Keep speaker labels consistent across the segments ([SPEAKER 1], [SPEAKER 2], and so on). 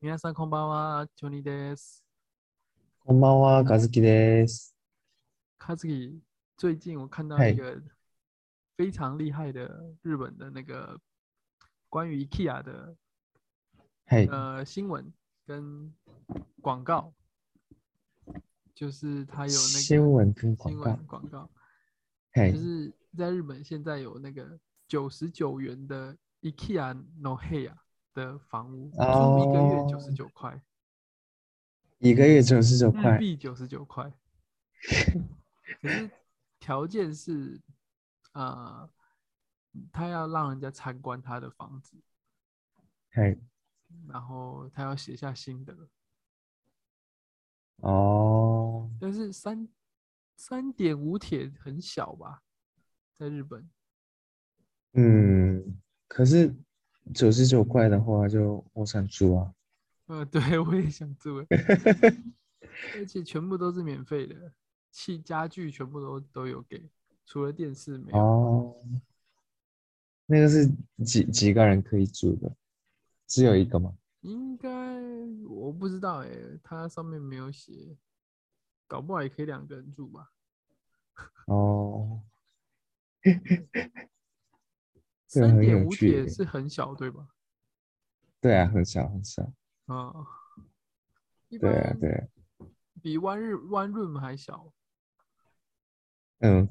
[SPEAKER 1] 皆さんこんばんは、ジョニーです。
[SPEAKER 2] こんばんは、和樹です。
[SPEAKER 1] 卡ズキ，最近我看到
[SPEAKER 2] 嗨
[SPEAKER 1] 一个非常厉害的日本的那个关于 IKEA 的
[SPEAKER 2] はい。
[SPEAKER 1] 呃新闻跟广告，就是它有那
[SPEAKER 2] 新
[SPEAKER 1] 个
[SPEAKER 2] 闻跟广
[SPEAKER 1] 新
[SPEAKER 2] 告
[SPEAKER 1] 闻，广告，
[SPEAKER 2] は
[SPEAKER 1] 就
[SPEAKER 2] い。
[SPEAKER 1] 是在日本现在有那个九十九元的 IKEA No Heya 的房屋，租
[SPEAKER 2] 哦
[SPEAKER 1] 一个月九十九块，
[SPEAKER 2] 一个月九十九
[SPEAKER 1] 日
[SPEAKER 2] 块，
[SPEAKER 1] 币九十九块。可是条件是，呃，他要让人家参观他的房子，
[SPEAKER 2] はい。
[SPEAKER 1] 然后他要写下心得。
[SPEAKER 2] 哦，
[SPEAKER 1] 但是三三点五铁很小吧，在日本，
[SPEAKER 2] 嗯，可是九十九块的话，就我想租啊。
[SPEAKER 1] 呃，对 我也想住欸，而且全部都是免费的，器家具全部都都有给，除了电视没有。
[SPEAKER 2] 哦，那个是几几个人可以住的？只有一个吗？
[SPEAKER 1] 应该我不知道哎、它上面没有写，搞不好也可以两个人住吧。
[SPEAKER 2] 哦，
[SPEAKER 1] 三
[SPEAKER 2] 这个啊很有
[SPEAKER 1] 点五
[SPEAKER 2] 趣
[SPEAKER 1] 铁
[SPEAKER 2] 耶
[SPEAKER 1] 是很小对吧？
[SPEAKER 2] 对啊，很小很小。
[SPEAKER 1] 啊，一
[SPEAKER 2] 对啊，
[SPEAKER 1] 般
[SPEAKER 2] 对啊，
[SPEAKER 1] 比 One 日 One Room 还小。
[SPEAKER 2] 嗯，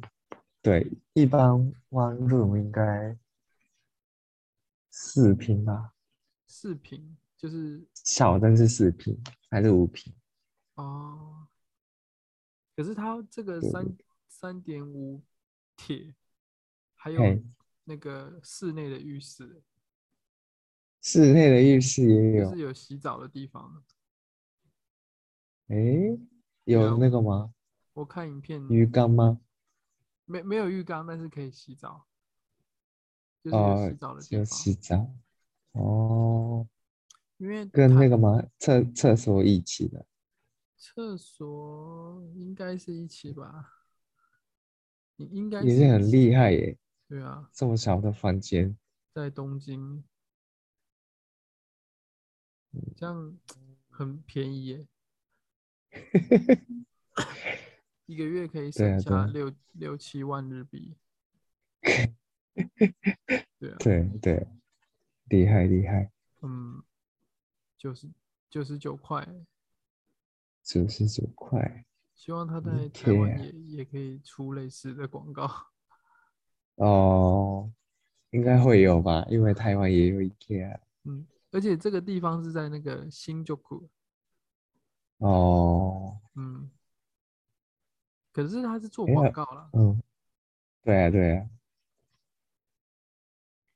[SPEAKER 2] 对，一般 one room 应该四平吧。
[SPEAKER 1] 四平就是
[SPEAKER 2] 小灯是四平还是五平？
[SPEAKER 1] 哦，可是它这个
[SPEAKER 2] 对
[SPEAKER 1] 三三点五铁，还有
[SPEAKER 2] 嘿
[SPEAKER 1] 那个室内的浴室，
[SPEAKER 2] 室内的浴室也
[SPEAKER 1] 就
[SPEAKER 2] 有
[SPEAKER 1] 是，有洗澡的地方。
[SPEAKER 2] 诶，
[SPEAKER 1] 啊
[SPEAKER 2] 有那个吗？
[SPEAKER 1] 我看影片
[SPEAKER 2] 鱼缸吗？
[SPEAKER 1] 没没有浴缸，但是可以洗澡，就是有
[SPEAKER 2] 哦
[SPEAKER 1] 洗澡的，地
[SPEAKER 2] 有
[SPEAKER 1] 方。
[SPEAKER 2] 洗澡。哦，
[SPEAKER 1] 因为
[SPEAKER 2] 跟
[SPEAKER 1] 它
[SPEAKER 2] 那个吗？厕厕所一起的。
[SPEAKER 1] 厕所应该是一起吧，你应该
[SPEAKER 2] 也
[SPEAKER 1] 一
[SPEAKER 2] 是很
[SPEAKER 1] 起
[SPEAKER 2] 厉害耶，
[SPEAKER 1] 对啊，
[SPEAKER 2] 这么小的房间。
[SPEAKER 1] 在东京，
[SPEAKER 2] 嗯
[SPEAKER 1] 这样很便宜 耶，一个月可以
[SPEAKER 2] 对
[SPEAKER 1] 省
[SPEAKER 2] 啊对
[SPEAKER 1] 下
[SPEAKER 2] 啊
[SPEAKER 1] 六六七万日币。对啊，
[SPEAKER 2] 对对，厉害厉害，
[SPEAKER 1] 嗯，九十九十九块，
[SPEAKER 2] 九十九块。
[SPEAKER 1] 希望他
[SPEAKER 2] 的
[SPEAKER 1] 在台湾
[SPEAKER 2] 天
[SPEAKER 1] 也也可以出类似的广告。
[SPEAKER 2] 哦，应该会有吧，因为台湾也有 IKEA。
[SPEAKER 1] 嗯，而且这个地方是在那个新旧库，
[SPEAKER 2] 哦，
[SPEAKER 1] 嗯，可是他是做
[SPEAKER 2] 哎
[SPEAKER 1] 广
[SPEAKER 2] 呀
[SPEAKER 1] 告啦，
[SPEAKER 2] 嗯，对啊，对啊，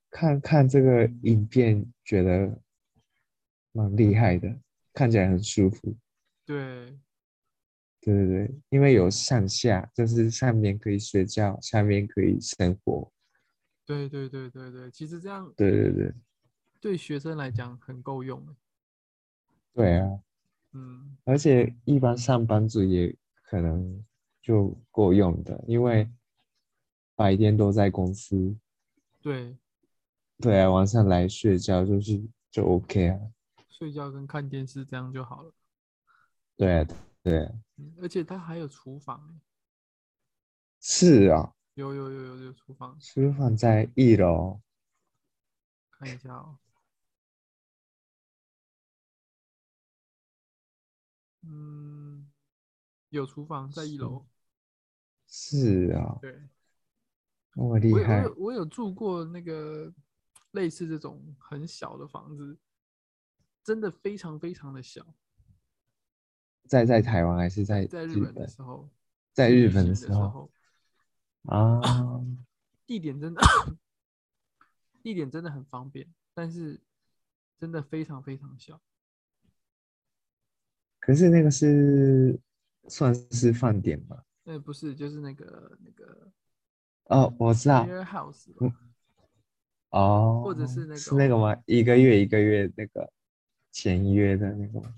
[SPEAKER 2] 看看这个影片，觉得蛮厉害的，看起来很舒服。
[SPEAKER 1] 对，
[SPEAKER 2] 对对对，因为有上下，就是上面可以睡觉，下面可以生活。
[SPEAKER 1] 对对对对对，其实这样
[SPEAKER 2] 对对对，
[SPEAKER 1] 对学生来讲很够用欸，
[SPEAKER 2] 对啊，
[SPEAKER 1] 嗯，
[SPEAKER 2] 而且一般上班族也可能就够用的，因为白天都在公司，
[SPEAKER 1] 对，
[SPEAKER 2] 对啊，晚上来睡觉就是就 OK 啊。
[SPEAKER 1] 睡觉跟看电视这样就好了，
[SPEAKER 2] 对啊，对啊，
[SPEAKER 1] 嗯，而且它还有厨房欸，
[SPEAKER 2] 是啊。
[SPEAKER 1] 有有有有有厨房，
[SPEAKER 2] 厨房在一楼，
[SPEAKER 1] 看一下哦，嗯，有厨房在一
[SPEAKER 2] 是
[SPEAKER 1] 楼，
[SPEAKER 2] 是啊，
[SPEAKER 1] 对。
[SPEAKER 2] 那么厉
[SPEAKER 1] 我有我
[SPEAKER 2] 害
[SPEAKER 1] 有我有住过那个类似这种很小的房子，真的非常非常的小。
[SPEAKER 2] 在在台湾还是在
[SPEAKER 1] 在日
[SPEAKER 2] 日
[SPEAKER 1] 本的
[SPEAKER 2] 本？
[SPEAKER 1] 时候，
[SPEAKER 2] 在
[SPEAKER 1] 旅
[SPEAKER 2] 日本
[SPEAKER 1] 行
[SPEAKER 2] 的
[SPEAKER 1] 的
[SPEAKER 2] 时候啊，
[SPEAKER 1] 地点真的地点真的很方便，但是真的非常非常小。
[SPEAKER 2] 可是那个是算是饭店吧？
[SPEAKER 1] 那不是就是那个那个
[SPEAKER 2] 哦，我知道，
[SPEAKER 1] Air House，吧
[SPEAKER 2] 嗯哦，
[SPEAKER 1] 或者是那
[SPEAKER 2] 是
[SPEAKER 1] 个
[SPEAKER 2] 那个吗？一个月一个月那个签约的那个吗？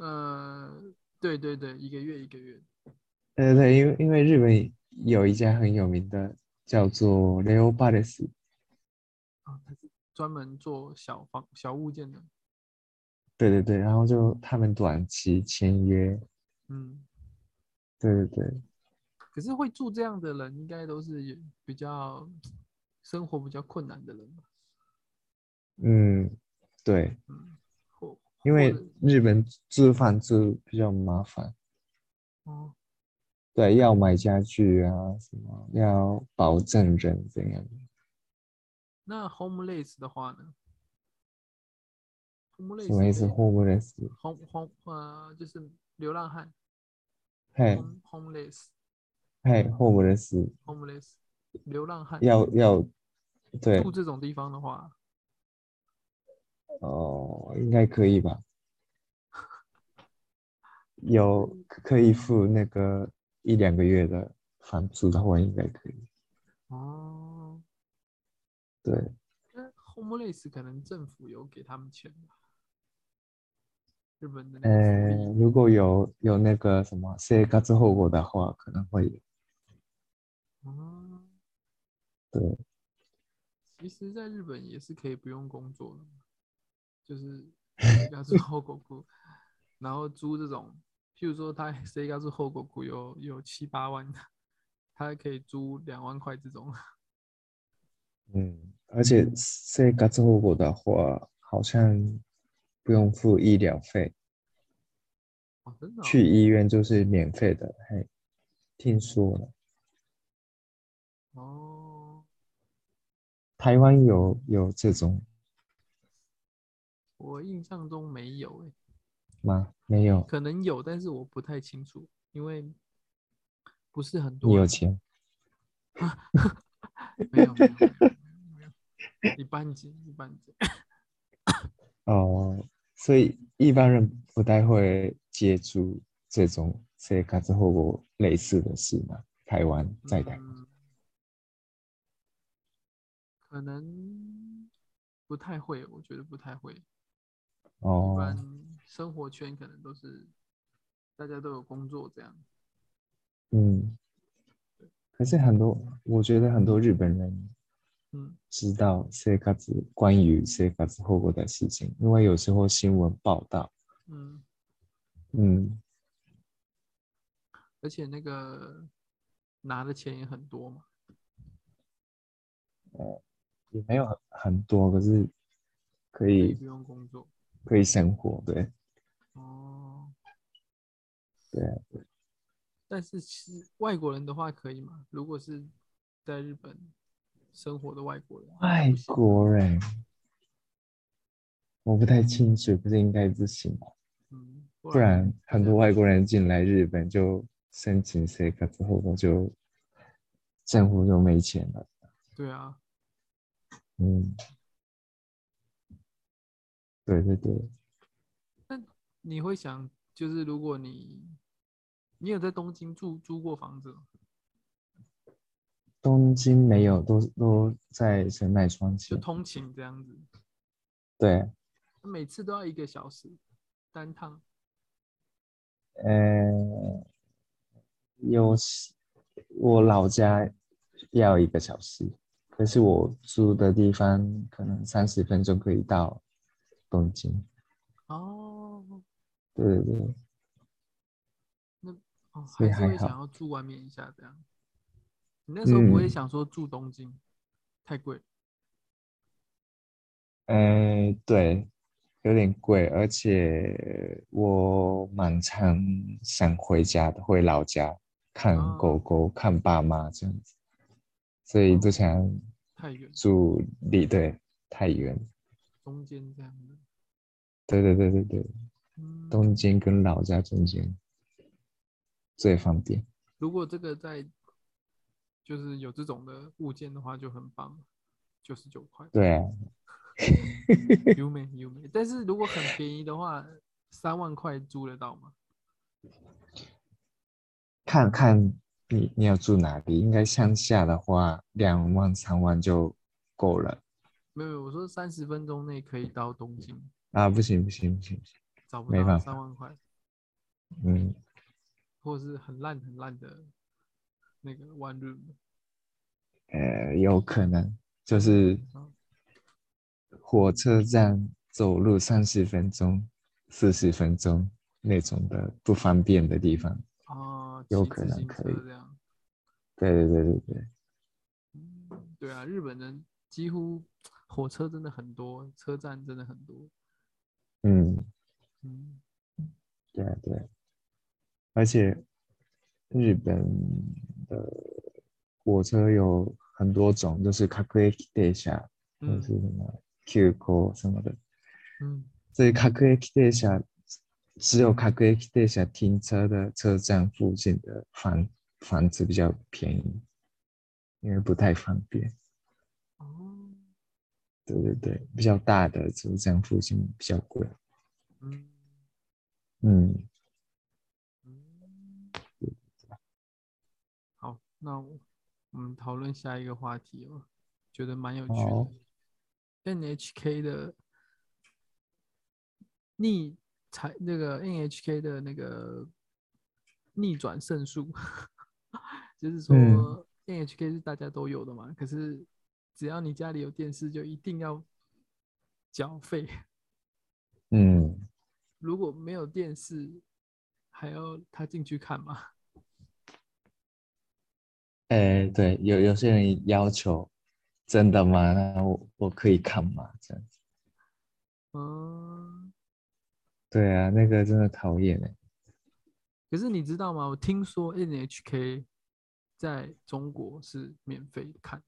[SPEAKER 1] 呃，对对对，一个月一个月，
[SPEAKER 2] 对对对，因为因为日本有一家很有名的叫做 Leo p a l a c e
[SPEAKER 1] 啊，它是专门做小房小物件的。
[SPEAKER 2] 对对对，然后就他们短期签约，
[SPEAKER 1] 嗯，
[SPEAKER 2] 对对对，
[SPEAKER 1] 可是会住这样的人，应该都是有比较生活比较困难的人吧？
[SPEAKER 2] 嗯，对，
[SPEAKER 1] 嗯，或
[SPEAKER 2] 因为
[SPEAKER 1] 或者
[SPEAKER 2] 日本租房子比较麻烦，
[SPEAKER 1] 哦，
[SPEAKER 2] 对，要买家具啊，什么要保证人怎样的，
[SPEAKER 1] 那 homeless 的话呢？homeless
[SPEAKER 2] 什么意
[SPEAKER 1] 可
[SPEAKER 2] 思
[SPEAKER 1] 以
[SPEAKER 2] ？homeless，
[SPEAKER 1] ？home home 呃，就是流浪汉
[SPEAKER 2] 嘿，
[SPEAKER 1] ，home homeless
[SPEAKER 2] 嘿，homeless，
[SPEAKER 1] homeless 流浪汉
[SPEAKER 2] 要要，对
[SPEAKER 1] 住，这种地方的话，
[SPEAKER 2] 哦，应该可以 吧？有可以付那个一两个月的房租的话，应该可以。
[SPEAKER 1] 哦，
[SPEAKER 2] 对，
[SPEAKER 1] 那 homeless 可能政府有给他们钱吧？日本的那个福利
[SPEAKER 2] 呃，如果有有那个什么生活后果的话，可能会有。
[SPEAKER 1] 哦，
[SPEAKER 2] 对，
[SPEAKER 1] 其实在日本也是可以不用工作的嘛，就是西嘎住后果库，然后租这种，譬如说他西嘎住后果库有有七八万的，他可以租两万块这种，
[SPEAKER 2] 嗯，而且生活后果的话，好像不用付医疗费，
[SPEAKER 1] 哦，真的哦、
[SPEAKER 2] 去医院就是免费的。嘿，听说了，
[SPEAKER 1] 哦，
[SPEAKER 2] 台湾有有这种
[SPEAKER 1] 我印象中没有诶、
[SPEAKER 2] 吗？没有，
[SPEAKER 1] 可能有，但是我不太清楚，因为不是很
[SPEAKER 2] 你
[SPEAKER 1] 多
[SPEAKER 2] 有
[SPEAKER 1] 人，
[SPEAKER 2] 钱。
[SPEAKER 1] 没有没有没有没有没有，一般级一般级，
[SPEAKER 2] 哦，所以一般人不太会接触这种生活后果类似的事嘛。台湾在台湾，
[SPEAKER 1] 嗯，可能不太会，我觉得不太会。嗯一
[SPEAKER 2] 哦
[SPEAKER 1] 般，生活圈可能都是大家都有工作这样。
[SPEAKER 2] 嗯，可是很多，我觉得很多日本人
[SPEAKER 1] 嗯，
[SPEAKER 2] 知道生活关于生活后果的事情，因为有时候新闻报道，
[SPEAKER 1] 嗯，
[SPEAKER 2] 嗯，
[SPEAKER 1] 而且那个拿的钱也很多嘛。
[SPEAKER 2] 也没有很很多，可是可
[SPEAKER 1] 可以
[SPEAKER 2] 以
[SPEAKER 1] 不用工作。
[SPEAKER 2] 可以生活，对，
[SPEAKER 1] 哦，
[SPEAKER 2] 对啊
[SPEAKER 1] 但是其实外国人的话可以嘛？如果是在日本生活的外国人，
[SPEAKER 2] 外国人，我不太清楚，不是应该自行吗？
[SPEAKER 1] 嗯，
[SPEAKER 2] 不然很多外国人进来日本就申请 C 卡之后，我就政府就没钱了。
[SPEAKER 1] 对啊，
[SPEAKER 2] 嗯，对对对，
[SPEAKER 1] 你会想，就是如果你你有在东京住租过房子吗？
[SPEAKER 2] 东京没有，都都在神奈川
[SPEAKER 1] 就
[SPEAKER 2] 县。
[SPEAKER 1] 通勤这样子，
[SPEAKER 2] 对，
[SPEAKER 1] 每次都要一个小时单趟。
[SPEAKER 2] 呃，有时我老家要一个小时，可是我住的地方可能三十分钟可以到东京。
[SPEAKER 1] 哦，
[SPEAKER 2] 对对对，
[SPEAKER 1] 哦，
[SPEAKER 2] 所
[SPEAKER 1] 还是
[SPEAKER 2] 以
[SPEAKER 1] 会
[SPEAKER 2] 还好
[SPEAKER 1] 想要住外面一下这样。你那时候不会
[SPEAKER 2] 嗯
[SPEAKER 1] 想说住东京，太贵了。
[SPEAKER 2] 哎，对，有点贵，而且我蛮常想回家的，回老家看
[SPEAKER 1] 哦
[SPEAKER 2] 狗狗、看爸妈这样子，所以就想
[SPEAKER 1] 太远，
[SPEAKER 2] 住离对太原，
[SPEAKER 1] 中间这样的。
[SPEAKER 2] 对对对对对，
[SPEAKER 1] 嗯，
[SPEAKER 2] 东京跟老家中间最方便。
[SPEAKER 1] 如果这个在就是有这种的物件的话，就很棒，九十九块
[SPEAKER 2] 对啊，
[SPEAKER 1] 优美优美。但是如果很便宜的话，三万块租得到吗？
[SPEAKER 2] 看看你你要住哪里，应该乡下的话，两万三万就够了
[SPEAKER 1] 没有，我说三十分钟内可以到东京，
[SPEAKER 2] 啊！不行不行不行不行，
[SPEAKER 1] 找不
[SPEAKER 2] 没
[SPEAKER 1] 到
[SPEAKER 2] 办法
[SPEAKER 1] 三万块，
[SPEAKER 2] 嗯。
[SPEAKER 1] 或者是很烂很烂的那个 one room，
[SPEAKER 2] 呃，有可能就是
[SPEAKER 1] 嗯
[SPEAKER 2] 火车站走路三十分钟四十分钟那种的不方便的地方。
[SPEAKER 1] 啊，
[SPEAKER 2] 有
[SPEAKER 1] 骑
[SPEAKER 2] 可
[SPEAKER 1] 自
[SPEAKER 2] 能
[SPEAKER 1] 行
[SPEAKER 2] 可
[SPEAKER 1] 车
[SPEAKER 2] 以
[SPEAKER 1] 这样。
[SPEAKER 2] 对对对对对，
[SPEAKER 1] 嗯，对啊，日本人几乎火车真的很多，车站真的很多。
[SPEAKER 2] 嗯，
[SPEAKER 1] 嗯，
[SPEAKER 2] 对啊对啊，而且日本的火车有很多种，就是各駅停車或者
[SPEAKER 1] 嗯
[SPEAKER 2] 是什么急行什么的。
[SPEAKER 1] 嗯
[SPEAKER 2] 所以各駅停車只有各駅停車停车的车站附近的房房子比较便宜，因为不太方便。
[SPEAKER 1] 哦，
[SPEAKER 2] 对对对，比较大的车站附近比较贵。
[SPEAKER 1] 嗯
[SPEAKER 2] 嗯，
[SPEAKER 1] 嗯，好，那我我们讨论下一个话题哦，觉得蛮有趣
[SPEAKER 2] 好
[SPEAKER 1] 的。NHK 的逆才那个 NHK 的那个逆转胜数， 就是说
[SPEAKER 2] 嗯
[SPEAKER 1] NHK 是大家都有的嘛，可是只要你家里有电视，就一定要缴费。
[SPEAKER 2] 嗯，
[SPEAKER 1] 如果没有电视，还要他进去看吗？
[SPEAKER 2] 哎，对，有有些人要求，真的吗？那我我可以看吗？这样子。
[SPEAKER 1] 嗯，
[SPEAKER 2] 对啊，那个真的讨厌哎。
[SPEAKER 1] 可是你知道吗？我听说 NHK 在中国是免费看，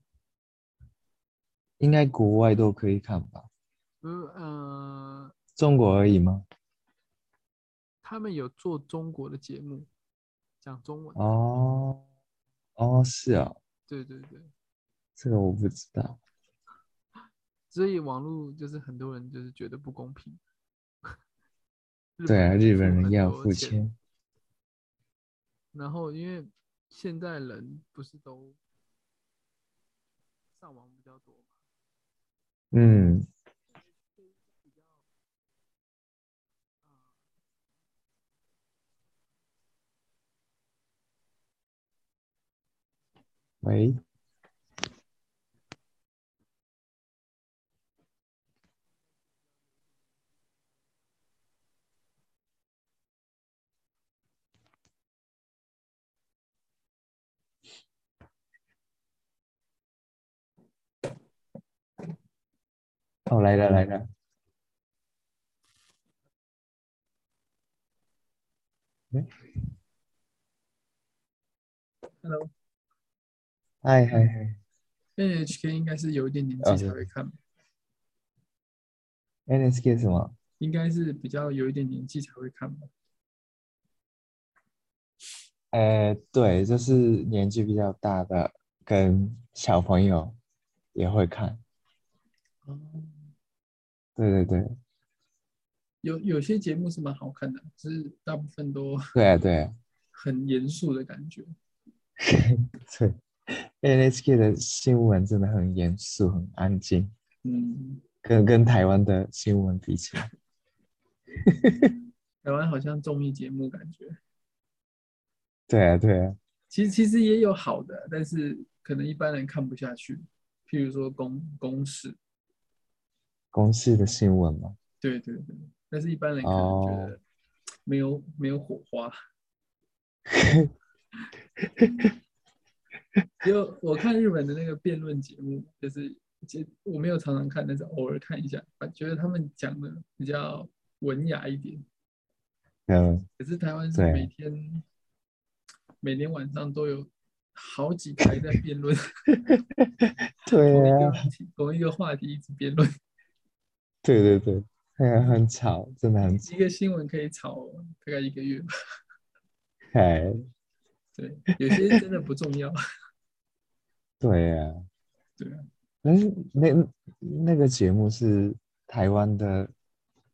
[SPEAKER 2] 应该国外都可以看吧？
[SPEAKER 1] 嗯呃，
[SPEAKER 2] 中国而已吗？
[SPEAKER 1] 他们有做中国的节目，讲中文。
[SPEAKER 2] 哦，哦，是啊，
[SPEAKER 1] 对对对，
[SPEAKER 2] 这个我不知道。
[SPEAKER 1] 所以网络就是很多人就是觉得不公平。日
[SPEAKER 2] 对啊，日本人
[SPEAKER 1] 很
[SPEAKER 2] 要
[SPEAKER 1] 多
[SPEAKER 2] 付
[SPEAKER 1] 钱。
[SPEAKER 2] 钱。
[SPEAKER 1] 然后因为现在人不是都上网比较多嘛，
[SPEAKER 2] 嗯，
[SPEAKER 1] 比较
[SPEAKER 2] 喂，哦，来了来了。
[SPEAKER 1] Hello。
[SPEAKER 2] 嗨嗨嗨
[SPEAKER 1] NHK 应该是有一点年
[SPEAKER 2] 啊
[SPEAKER 1] 纪才
[SPEAKER 2] 对
[SPEAKER 1] 会看吧，
[SPEAKER 2] ，NSK 是什么？
[SPEAKER 1] 应该是比较有一点年纪才会看吧。
[SPEAKER 2] 呃，对，就是年纪比较大的跟小朋友也会看。
[SPEAKER 1] 哦，
[SPEAKER 2] 对对对，
[SPEAKER 1] 有有些节目是蛮好看的，只是大部分都
[SPEAKER 2] 对啊对啊，
[SPEAKER 1] 很严肃的感觉。
[SPEAKER 2] 对。NHK 的新闻真的很严肃，很安静，
[SPEAKER 1] 嗯，
[SPEAKER 2] 跟跟台湾的新闻比起来，
[SPEAKER 1] 台湾好像综艺节目感觉，
[SPEAKER 2] 对啊对啊，
[SPEAKER 1] 其实其实也有好的，但是可能一般人看不下去。譬如说公公式，
[SPEAKER 2] 公视的新闻嘛，
[SPEAKER 1] 对对对，但是一般人可能
[SPEAKER 2] 哦
[SPEAKER 1] 觉得没有、没有火花。就我看日本的那个辩论节目，就是其实我没有常常看，但是偶尔看一下，反觉得他们讲的比较文雅一点。
[SPEAKER 2] 嗯，
[SPEAKER 1] 可是台湾是
[SPEAKER 2] 对
[SPEAKER 1] 每天每天晚上都有好几台在辩论同一
[SPEAKER 2] 对
[SPEAKER 1] 个
[SPEAKER 2] 啊，
[SPEAKER 1] 问题同一个话题一直辩论，
[SPEAKER 2] 对对对，很很吵，真的很吵，
[SPEAKER 1] 一个新闻可以吵大概一个月吧。
[SPEAKER 2] 哎，
[SPEAKER 1] 对，有些真的不重要。
[SPEAKER 2] 对啊。
[SPEAKER 1] 对啊，
[SPEAKER 2] 嗯，那那个节目是台湾的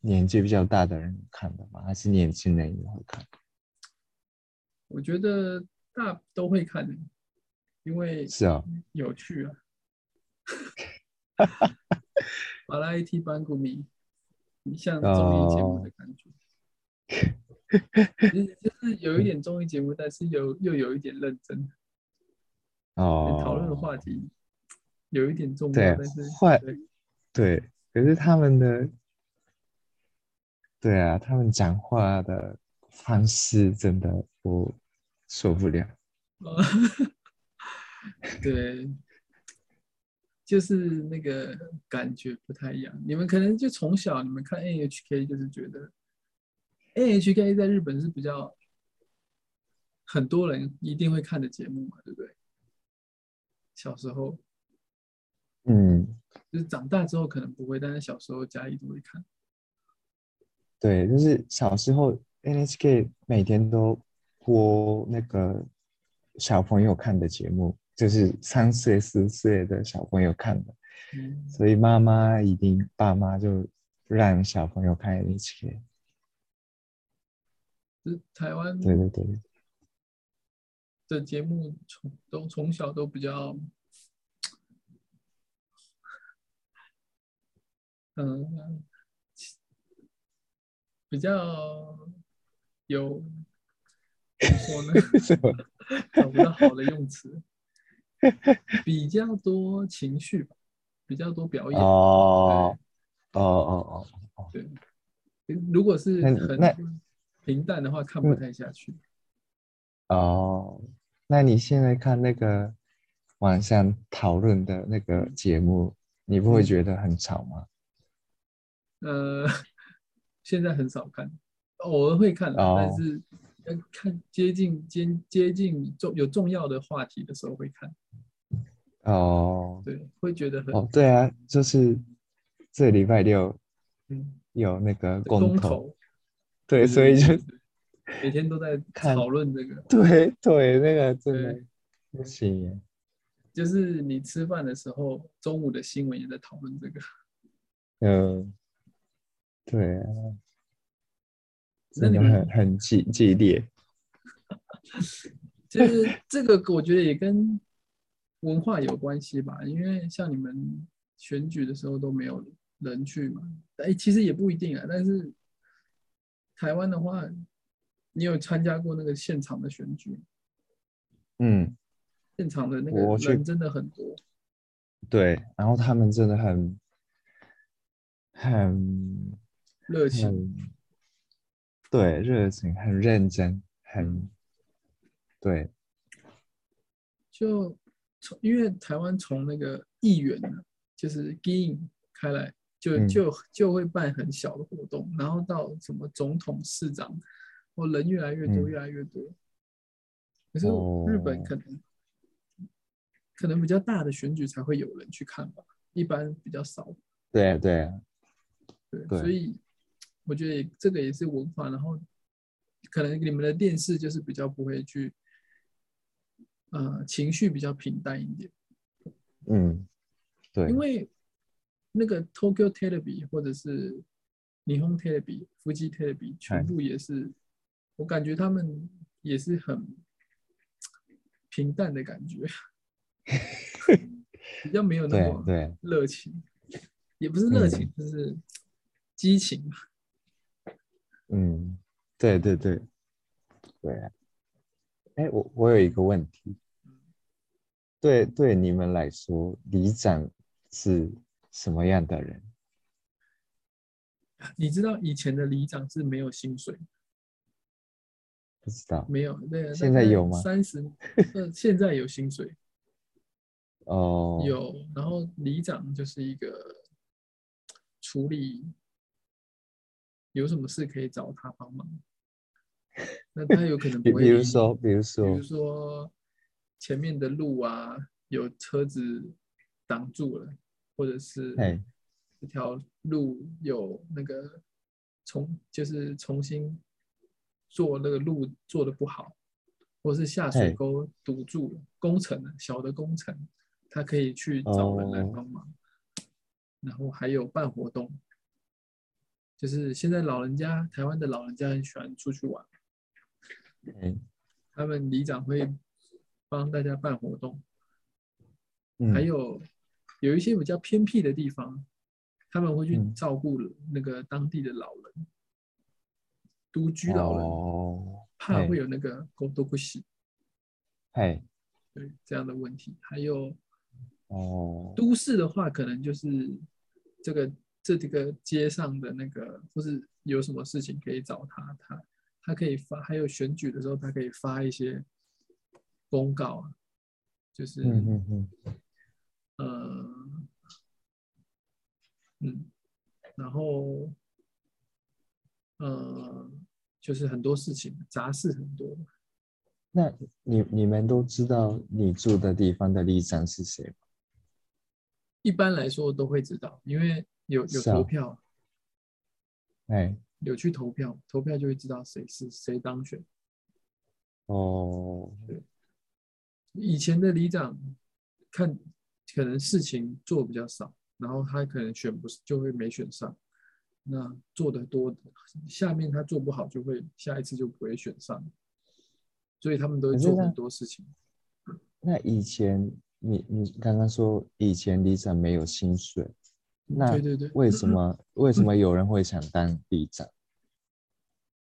[SPEAKER 2] 年纪比较大的人看的吗？还是年轻人也会看？
[SPEAKER 1] 我觉得大都会看的，因为
[SPEAKER 2] 是啊，
[SPEAKER 1] 有趣啊。巴拉 AT 班古米，你像综艺节目的感
[SPEAKER 2] 哦
[SPEAKER 1] 觉，其实就是有一点综艺节目，但是有又有一点认真，
[SPEAKER 2] 哦，
[SPEAKER 1] 讨论的话题有一点重要，
[SPEAKER 2] 对
[SPEAKER 1] 但是
[SPEAKER 2] 坏
[SPEAKER 1] 对
[SPEAKER 2] 对，可是他们的对啊，他们讲话的方式真的我受不了。
[SPEAKER 1] 对，就是那个感觉不太一样。你们可能就从小你们看 NHK 就是觉得 NHK 在日本是比较很多人一定会看的节目嘛，对不对？小时候
[SPEAKER 2] 嗯，
[SPEAKER 1] 就是长大之后可能不会，但是小时候家里都会看。
[SPEAKER 2] 对，就是小时候 NHK 每天都播那个小朋友看的节目，就是三岁四岁的小朋友看的，
[SPEAKER 1] 嗯，
[SPEAKER 2] 所以妈妈一定爸妈就让小朋友看 NHK。
[SPEAKER 1] 就是台湾
[SPEAKER 2] 对对对，
[SPEAKER 1] 的节目从都从小都比较，嗯，比较有怎么说呢？
[SPEAKER 2] 什么？
[SPEAKER 1] 找不到好的用词，比较多情绪吧，比较多表演。
[SPEAKER 2] 哦哦哦哦，
[SPEAKER 1] 对，如果是
[SPEAKER 2] 那那嗯
[SPEAKER 1] 很平淡的话，看不太下去。
[SPEAKER 2] 哦，那你现在看那个网上讨论的那个节目，你不会觉得很吵吗？
[SPEAKER 1] 呃，现在很少看，偶尔会看啦，
[SPEAKER 2] 哦
[SPEAKER 1] 但是要看接近接接近重有重要的话题的时候会看，
[SPEAKER 2] 哦
[SPEAKER 1] 对，会觉得很、
[SPEAKER 2] 哦，对啊，就是这礼拜六
[SPEAKER 1] 嗯
[SPEAKER 2] 有那个公
[SPEAKER 1] 公
[SPEAKER 2] 投，
[SPEAKER 1] 投，对
[SPEAKER 2] 对，所以就
[SPEAKER 1] 每天都在
[SPEAKER 2] 看
[SPEAKER 1] 讨论这个，
[SPEAKER 2] 对对，那个真
[SPEAKER 1] 对
[SPEAKER 2] 的不行耶，
[SPEAKER 1] 就是你吃饭的时候，中午的新闻也在讨论这个。
[SPEAKER 2] 嗯，对啊，
[SPEAKER 1] 那
[SPEAKER 2] 真
[SPEAKER 1] 你
[SPEAKER 2] 的
[SPEAKER 1] 们
[SPEAKER 2] 很很激激烈，
[SPEAKER 1] 其实这个我觉得也跟文化有关系吧，因为像你们选举的时候都没有人去嘛，哎，其实也不一定啊。但是台湾的话，你有参加过那个现场的选举？
[SPEAKER 2] 嗯，
[SPEAKER 1] 现场的那
[SPEAKER 2] 我
[SPEAKER 1] 个
[SPEAKER 2] 去
[SPEAKER 1] 人真的很多，
[SPEAKER 2] 对，然后他们真的很很。
[SPEAKER 1] 热情。
[SPEAKER 2] 很对，热情，很认真，
[SPEAKER 1] 嗯
[SPEAKER 2] 很对，
[SPEAKER 1] 就从因为台湾从那个议员呢，就是 g i 开来，就
[SPEAKER 2] 嗯
[SPEAKER 1] 就就会办很小的活动，然后到什么总统、市长，哦，人越来越多，
[SPEAKER 2] 嗯
[SPEAKER 1] 越来越多。可是日本
[SPEAKER 2] 哦
[SPEAKER 1] 可能、可能比较大的选举才会有人去看吧，一般比较少。
[SPEAKER 2] 对啊对啊，
[SPEAKER 1] 对，
[SPEAKER 2] 对
[SPEAKER 1] 所以我觉得也这个也是文化，然后可能你们的电视就是比较不会去，呃，情绪比较平淡一点。
[SPEAKER 2] 嗯，对
[SPEAKER 1] 因，为那个 Tokyo Television 或者是霓虹 Television、夫妻
[SPEAKER 2] 哎
[SPEAKER 1] Television 全部也是，我感觉他们也是很平淡的感觉， 比较没有那
[SPEAKER 2] 对嗯啊
[SPEAKER 1] 种
[SPEAKER 2] 对啊
[SPEAKER 1] 热情，也不是热情，就是激情吧。
[SPEAKER 2] 嗯，对对对对啊。哎，我我有一个问题，对对你们来说，里长是什么样的人？
[SPEAKER 1] 你知道以前的里长是没有薪水，
[SPEAKER 2] 不知道
[SPEAKER 1] 没有那
[SPEAKER 2] 现在有吗
[SPEAKER 1] 三十，呃，现在有薪水，
[SPEAKER 2] 哦，
[SPEAKER 1] 有，然后里长就是一个处理有什么事可以找他帮忙，那他有可能
[SPEAKER 2] 比
[SPEAKER 1] 不会
[SPEAKER 2] 比如
[SPEAKER 1] 理你
[SPEAKER 2] 说，比如说
[SPEAKER 1] 比如说前面的路啊有车子挡住了，或者是
[SPEAKER 2] 哎
[SPEAKER 1] 这条路有那个重就是重新做那个路做的不好，或是下水
[SPEAKER 2] 嘿
[SPEAKER 1] 沟堵住了，工程啊小的工程，他可以去找人来
[SPEAKER 2] 哦
[SPEAKER 1] 帮忙。然后还有办活动，就是现在老人家台湾的老人家很喜欢出去玩，
[SPEAKER 2] 哎
[SPEAKER 1] 他们里长会帮大家办活动，还
[SPEAKER 2] 嗯
[SPEAKER 1] 有有一些比较偏僻的地方，他们会去
[SPEAKER 2] 嗯
[SPEAKER 1] 照顾那个当地的老人，独居老人，
[SPEAKER 2] 哦，
[SPEAKER 1] 怕
[SPEAKER 2] 哎
[SPEAKER 1] 会有那个狗都不洗，
[SPEAKER 2] 哎
[SPEAKER 1] 对这样的问题。还有
[SPEAKER 2] 哦
[SPEAKER 1] 都市的话，可能就是这个这几个街上的那个，或是有什么事情可以找他，他他可以发，还有选举的时候，他可以发一些公告啊，就是
[SPEAKER 2] 嗯嗯嗯，
[SPEAKER 1] 呃，嗯，然后，呃，就是很多事情杂事很多，
[SPEAKER 2] 那你你们都知道你住的地方的里长是谁吗？
[SPEAKER 1] 一般来说都会知道，因为有有
[SPEAKER 2] 是啊
[SPEAKER 1] 投票，
[SPEAKER 2] 哎，
[SPEAKER 1] 有去投票，投票就会知道谁是谁当选。
[SPEAKER 2] 哦，
[SPEAKER 1] 以前的里长看可能事情做比较少，然后他可能选不就会没选上。那做的多的，下面他做不好就会下一次就不会选上，所以他们都会
[SPEAKER 2] 可是
[SPEAKER 1] 做
[SPEAKER 2] 那
[SPEAKER 1] 很多事情。
[SPEAKER 2] 那以前你你刚刚说以前里长没有薪水，那
[SPEAKER 1] 对对对，
[SPEAKER 2] 为什么为什么有人会想当里长？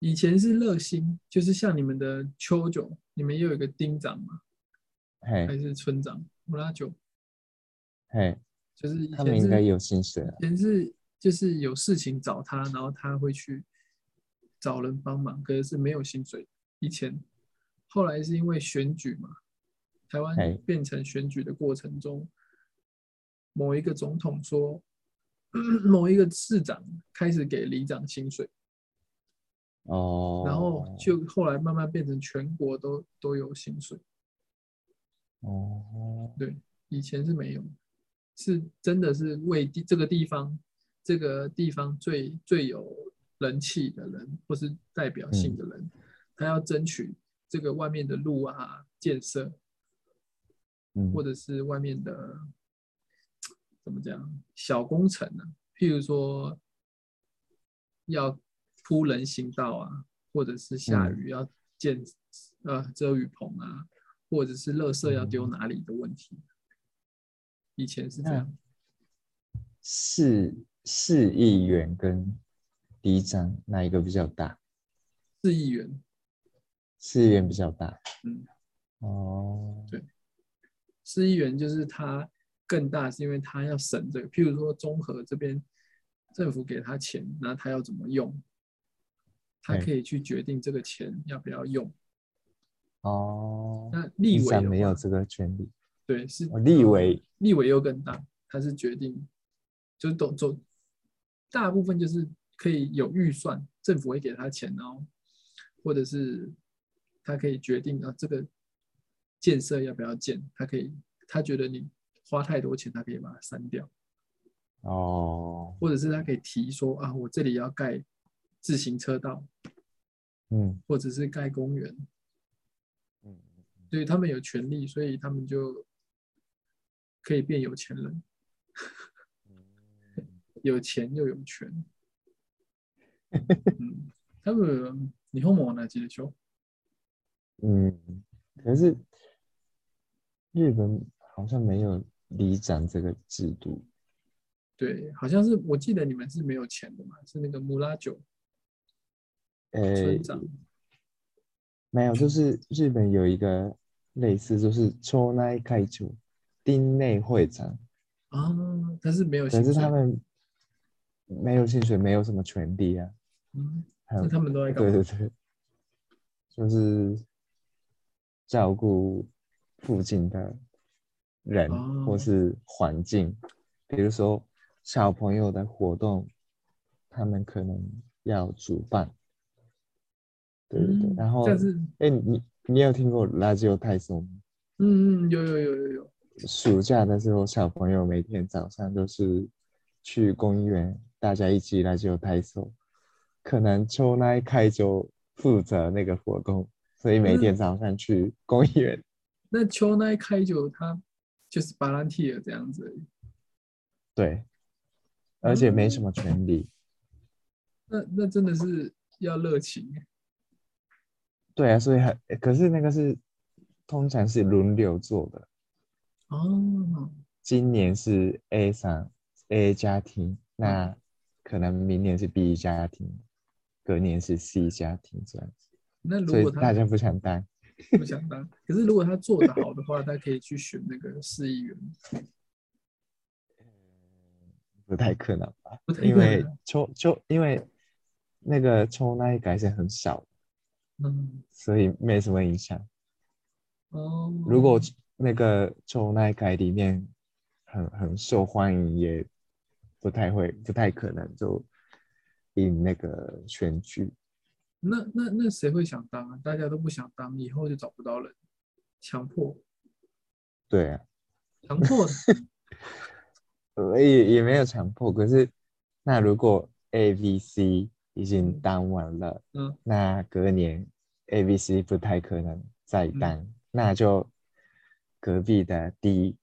[SPEAKER 1] 以前是热心，就是像你们的丘九，你们也有一个丁长嘛，还
[SPEAKER 2] 嘿
[SPEAKER 1] 是村长乌拉九，
[SPEAKER 2] 嘿，
[SPEAKER 1] 就是以
[SPEAKER 2] 他们
[SPEAKER 1] 前
[SPEAKER 2] 应
[SPEAKER 1] 是
[SPEAKER 2] 该有薪水啊。
[SPEAKER 1] 以前是就是有事情找他，然后他会去找人帮忙，可是是没有薪水。以前，后来是因为选举嘛，台湾
[SPEAKER 2] 哎
[SPEAKER 1] 变成选举的过程中，某一个总统说，某一个市长开始给里长薪水，
[SPEAKER 2] 哦，
[SPEAKER 1] 然后就后来慢慢变成全国都都有薪水。
[SPEAKER 2] 哦，
[SPEAKER 1] 对，以前是没有，是真的是为地这个地方，这个地方最最有人气的人，或是代表性的人，他要争取这个外面的路啊建设，
[SPEAKER 2] 嗯
[SPEAKER 1] 或者是外面的怎么讲小工程呢、譬如说要铺人行道啊，或者是下
[SPEAKER 2] 嗯
[SPEAKER 1] 雨要建、呃遮雨棚啊，或者是垃圾要丢哪里的问题。以前是这
[SPEAKER 2] 那
[SPEAKER 1] 样，
[SPEAKER 2] 市市议员跟里长哪一个比较大？
[SPEAKER 1] 市议员，
[SPEAKER 2] 市议员比较大。
[SPEAKER 1] 嗯，
[SPEAKER 2] 哦，
[SPEAKER 1] 市议员就是他更大，是因为他要省这个，譬如说综合这边政府给他钱，那他要怎么用，他
[SPEAKER 2] 对
[SPEAKER 1] 可以去决定这个钱要不要用。
[SPEAKER 2] 哦，
[SPEAKER 1] 那立
[SPEAKER 2] 里
[SPEAKER 1] 委
[SPEAKER 2] 长
[SPEAKER 1] 的
[SPEAKER 2] 没有
[SPEAKER 1] 话
[SPEAKER 2] 这个权利。
[SPEAKER 1] 对，是
[SPEAKER 2] 哦，立委，
[SPEAKER 1] 立委又更大，他是决定，就是总总大部分就是可以有预算，政府会给他钱，然后或者是他可以决定啊这个建设要不要建，他可以他觉得你花太多钱，他可以把它删掉，
[SPEAKER 2] 哦，
[SPEAKER 1] 或者是他可以提说啊我这里要盖自行车道，
[SPEAKER 2] 嗯
[SPEAKER 1] 或者是盖公园，
[SPEAKER 2] 嗯，
[SPEAKER 1] 所以他们有权利，所以他们就可以变有钱人，有钱又有权。 嗯，多分日本も同じでしょ。
[SPEAKER 2] 嗯，可是日本好像没有里长这个制度。
[SPEAKER 1] 对，好像是我记得你们是没有钱的嘛，是那个穆拉九
[SPEAKER 2] 呃
[SPEAKER 1] 村，长。
[SPEAKER 2] 没有，就是日本有一个类似，就是町内会長、町内会长，
[SPEAKER 1] 啊，他是没有薪
[SPEAKER 2] 可
[SPEAKER 1] 水，
[SPEAKER 2] 是他们没有薪水，没有什么权利啊。
[SPEAKER 1] 嗯，
[SPEAKER 2] 还有
[SPEAKER 1] 那他们都在干
[SPEAKER 2] 对
[SPEAKER 1] 嘛？
[SPEAKER 2] 对对，就是照顾附近的人
[SPEAKER 1] 哦
[SPEAKER 2] 或是环境，比如说小朋友的活动，他们可能要主办。对对对，
[SPEAKER 1] 嗯
[SPEAKER 2] 然后，
[SPEAKER 1] 但是，
[SPEAKER 2] 哎，你你有听过垃圾泰松吗？
[SPEAKER 1] 嗯嗯，有有有有有，
[SPEAKER 2] 暑假的时候，小朋友每天早上都是去公园，大家一起来就拍手。可能秋奈开就负责那个活动，所以每
[SPEAKER 1] 嗯
[SPEAKER 2] 天早上去公园。
[SPEAKER 1] 那秋奈开酒他就是巴兰蒂尔这样子而已。
[SPEAKER 2] 对，而且没什么权利。
[SPEAKER 1] 那那真的是要热情。
[SPEAKER 2] 对啊，所以很，可是那个是通常是轮流做的。
[SPEAKER 1] 哦，
[SPEAKER 2] 今年是 A 厂 A 家庭，那可能明年是 B 家庭，隔年是 C 家庭这样子。
[SPEAKER 1] 那如
[SPEAKER 2] 所以
[SPEAKER 1] 果他
[SPEAKER 2] 大家不想当。
[SPEAKER 1] 不想当。可是如果他做得好的话，他可以去选那个市议员。
[SPEAKER 2] 不太可能吧？
[SPEAKER 1] 不太可能
[SPEAKER 2] 因为秋秋，因为那个抽那一改是很少，
[SPEAKER 1] 嗯，
[SPEAKER 2] 所以没什么影响。
[SPEAKER 1] 哦，
[SPEAKER 2] 如果那个抽那一改里面很很受欢迎，也不太会，不太可能就赢那个选举。
[SPEAKER 1] 那那那谁会想当啊？大家都不想当，以后就找不到人，强迫
[SPEAKER 2] 对啊，
[SPEAKER 1] 强迫
[SPEAKER 2] 呃也也没有强迫，可是那如果 A、B、C 已经当完了，
[SPEAKER 1] 嗯，
[SPEAKER 2] 那隔年 A、B、C 不太可能再
[SPEAKER 1] 嗯
[SPEAKER 2] 当，那就隔壁的 D，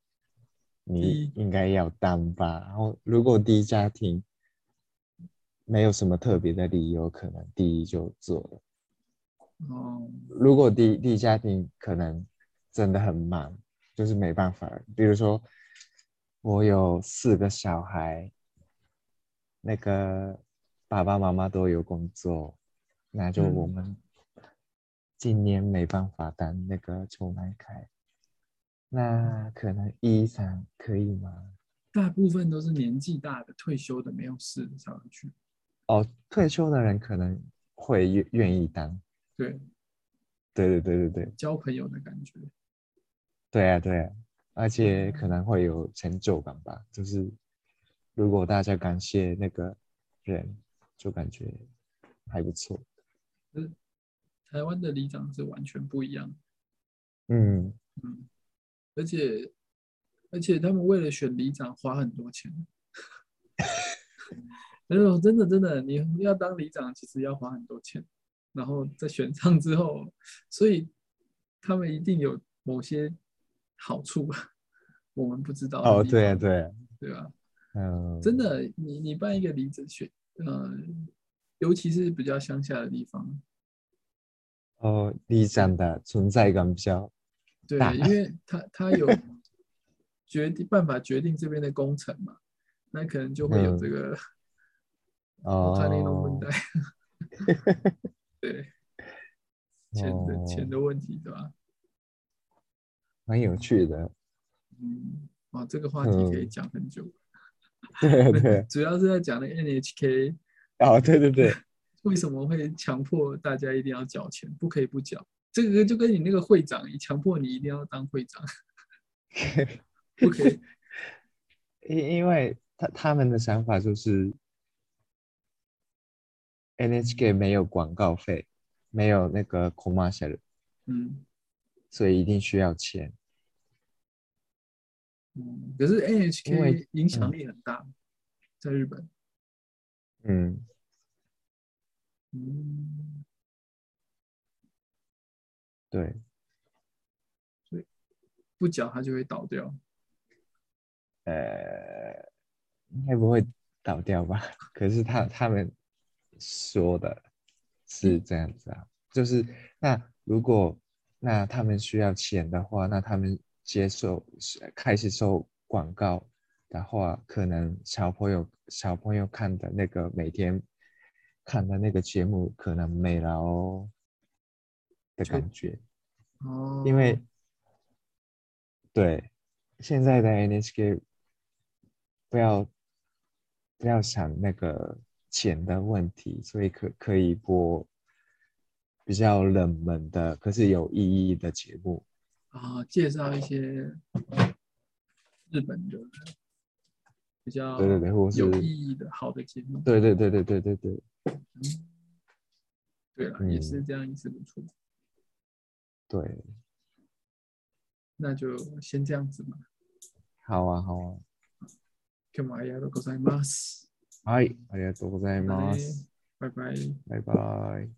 [SPEAKER 2] 你
[SPEAKER 1] D
[SPEAKER 2] 应该要当吧。然后如果 D 家庭没有什么特别的理由，可能 D 就做了。
[SPEAKER 1] 哦，
[SPEAKER 2] 如果第第一家庭可能真的很忙，就是没办法。比如说，我有四个小孩，那个爸爸妈妈都有工作，那就
[SPEAKER 1] 嗯
[SPEAKER 2] 我们今年没办法当那个重来开。那可能一三可以吗？
[SPEAKER 1] 大部分都是年纪大的、退休的、没有事的才会去。
[SPEAKER 2] 哦，退休的人可能会愿愿意当。
[SPEAKER 1] 对，
[SPEAKER 2] 对对对对对，
[SPEAKER 1] 交朋友的感觉。
[SPEAKER 2] 对啊，对啊，而且
[SPEAKER 1] 嗯
[SPEAKER 2] 可能会有成就感吧。就是如果大家感谢那个人，就感觉还不错。
[SPEAKER 1] 台湾的里长是完全不一样的，
[SPEAKER 2] 嗯，
[SPEAKER 1] 嗯，而且而且他们为了选里长花很多钱。 哎呦，真的真的，你要当里长其实要花很多钱，然后在选上之后，所以他们一定有某些好处，我们不知道的
[SPEAKER 2] 哦，
[SPEAKER 1] 地
[SPEAKER 2] 对啊，
[SPEAKER 1] 方
[SPEAKER 2] 对啊，
[SPEAKER 1] 对吧？
[SPEAKER 2] 嗯，
[SPEAKER 1] 真，的，你你办一个里长选，呃，尤其是比较乡下的地方，
[SPEAKER 2] 哦，里长的存在感比较，
[SPEAKER 1] 对
[SPEAKER 2] 大，
[SPEAKER 1] 因为他他 有决定办法决定这边的工程嘛，那可能就会有
[SPEAKER 2] 嗯
[SPEAKER 1] 这个我
[SPEAKER 2] 哦，
[SPEAKER 1] 看那种问题， 对钱的钱
[SPEAKER 2] 哦，
[SPEAKER 1] 的问题，对吧？
[SPEAKER 2] 蛮有 趣的。
[SPEAKER 1] 嗯，哇，这个话题可以
[SPEAKER 2] 嗯
[SPEAKER 1] 讲很久，
[SPEAKER 2] 对啊，对啊，
[SPEAKER 1] 主要是在讲那个 NHK
[SPEAKER 2] 哦，对对对，
[SPEAKER 1] 为什么会强迫大家一定要缴钱，不可以不缴。这个就跟你那个会长，强迫你一定要当会 长， 不可以。
[SPEAKER 2] 因因为他他们的想法就是，NHK 没有广告费，没有那个 commercial。
[SPEAKER 1] 嗯
[SPEAKER 2] 所以一定需要钱。
[SPEAKER 1] 嗯，可是
[SPEAKER 2] 因为
[SPEAKER 1] NHK 影响
[SPEAKER 2] 嗯
[SPEAKER 1] 力很大，在日本。
[SPEAKER 2] 嗯，
[SPEAKER 1] 嗯。
[SPEAKER 2] 对，
[SPEAKER 1] 不缴它就会倒掉。
[SPEAKER 2] 呃，应该不会倒掉吧？ 可是他他们说的是这样子啊，就是那如果那他们需要钱的话，那他们接受开始收广告的话，可能小朋友小朋友看的那个每天看的那个节目可能没了哦的
[SPEAKER 1] 确
[SPEAKER 2] 感觉。
[SPEAKER 1] 哦，
[SPEAKER 2] 因为对现在的 NHK 不要不要想那个钱的问题，所以可可以播比较冷门的，可是有意义的节目。
[SPEAKER 1] 啊，介绍一些日本的比较
[SPEAKER 2] 对对对，或是
[SPEAKER 1] 有意义的好的节目。
[SPEAKER 2] 对对对对对对对，
[SPEAKER 1] 对了，
[SPEAKER 2] 嗯
[SPEAKER 1] 也是这样，也是不错。
[SPEAKER 2] 对，
[SPEAKER 1] 那就先这样子吧。
[SPEAKER 2] 好啊好啊，
[SPEAKER 1] 今日はありがとうございます。
[SPEAKER 2] はい、ありがとうございます。
[SPEAKER 1] 拜拜。
[SPEAKER 2] 拜拜。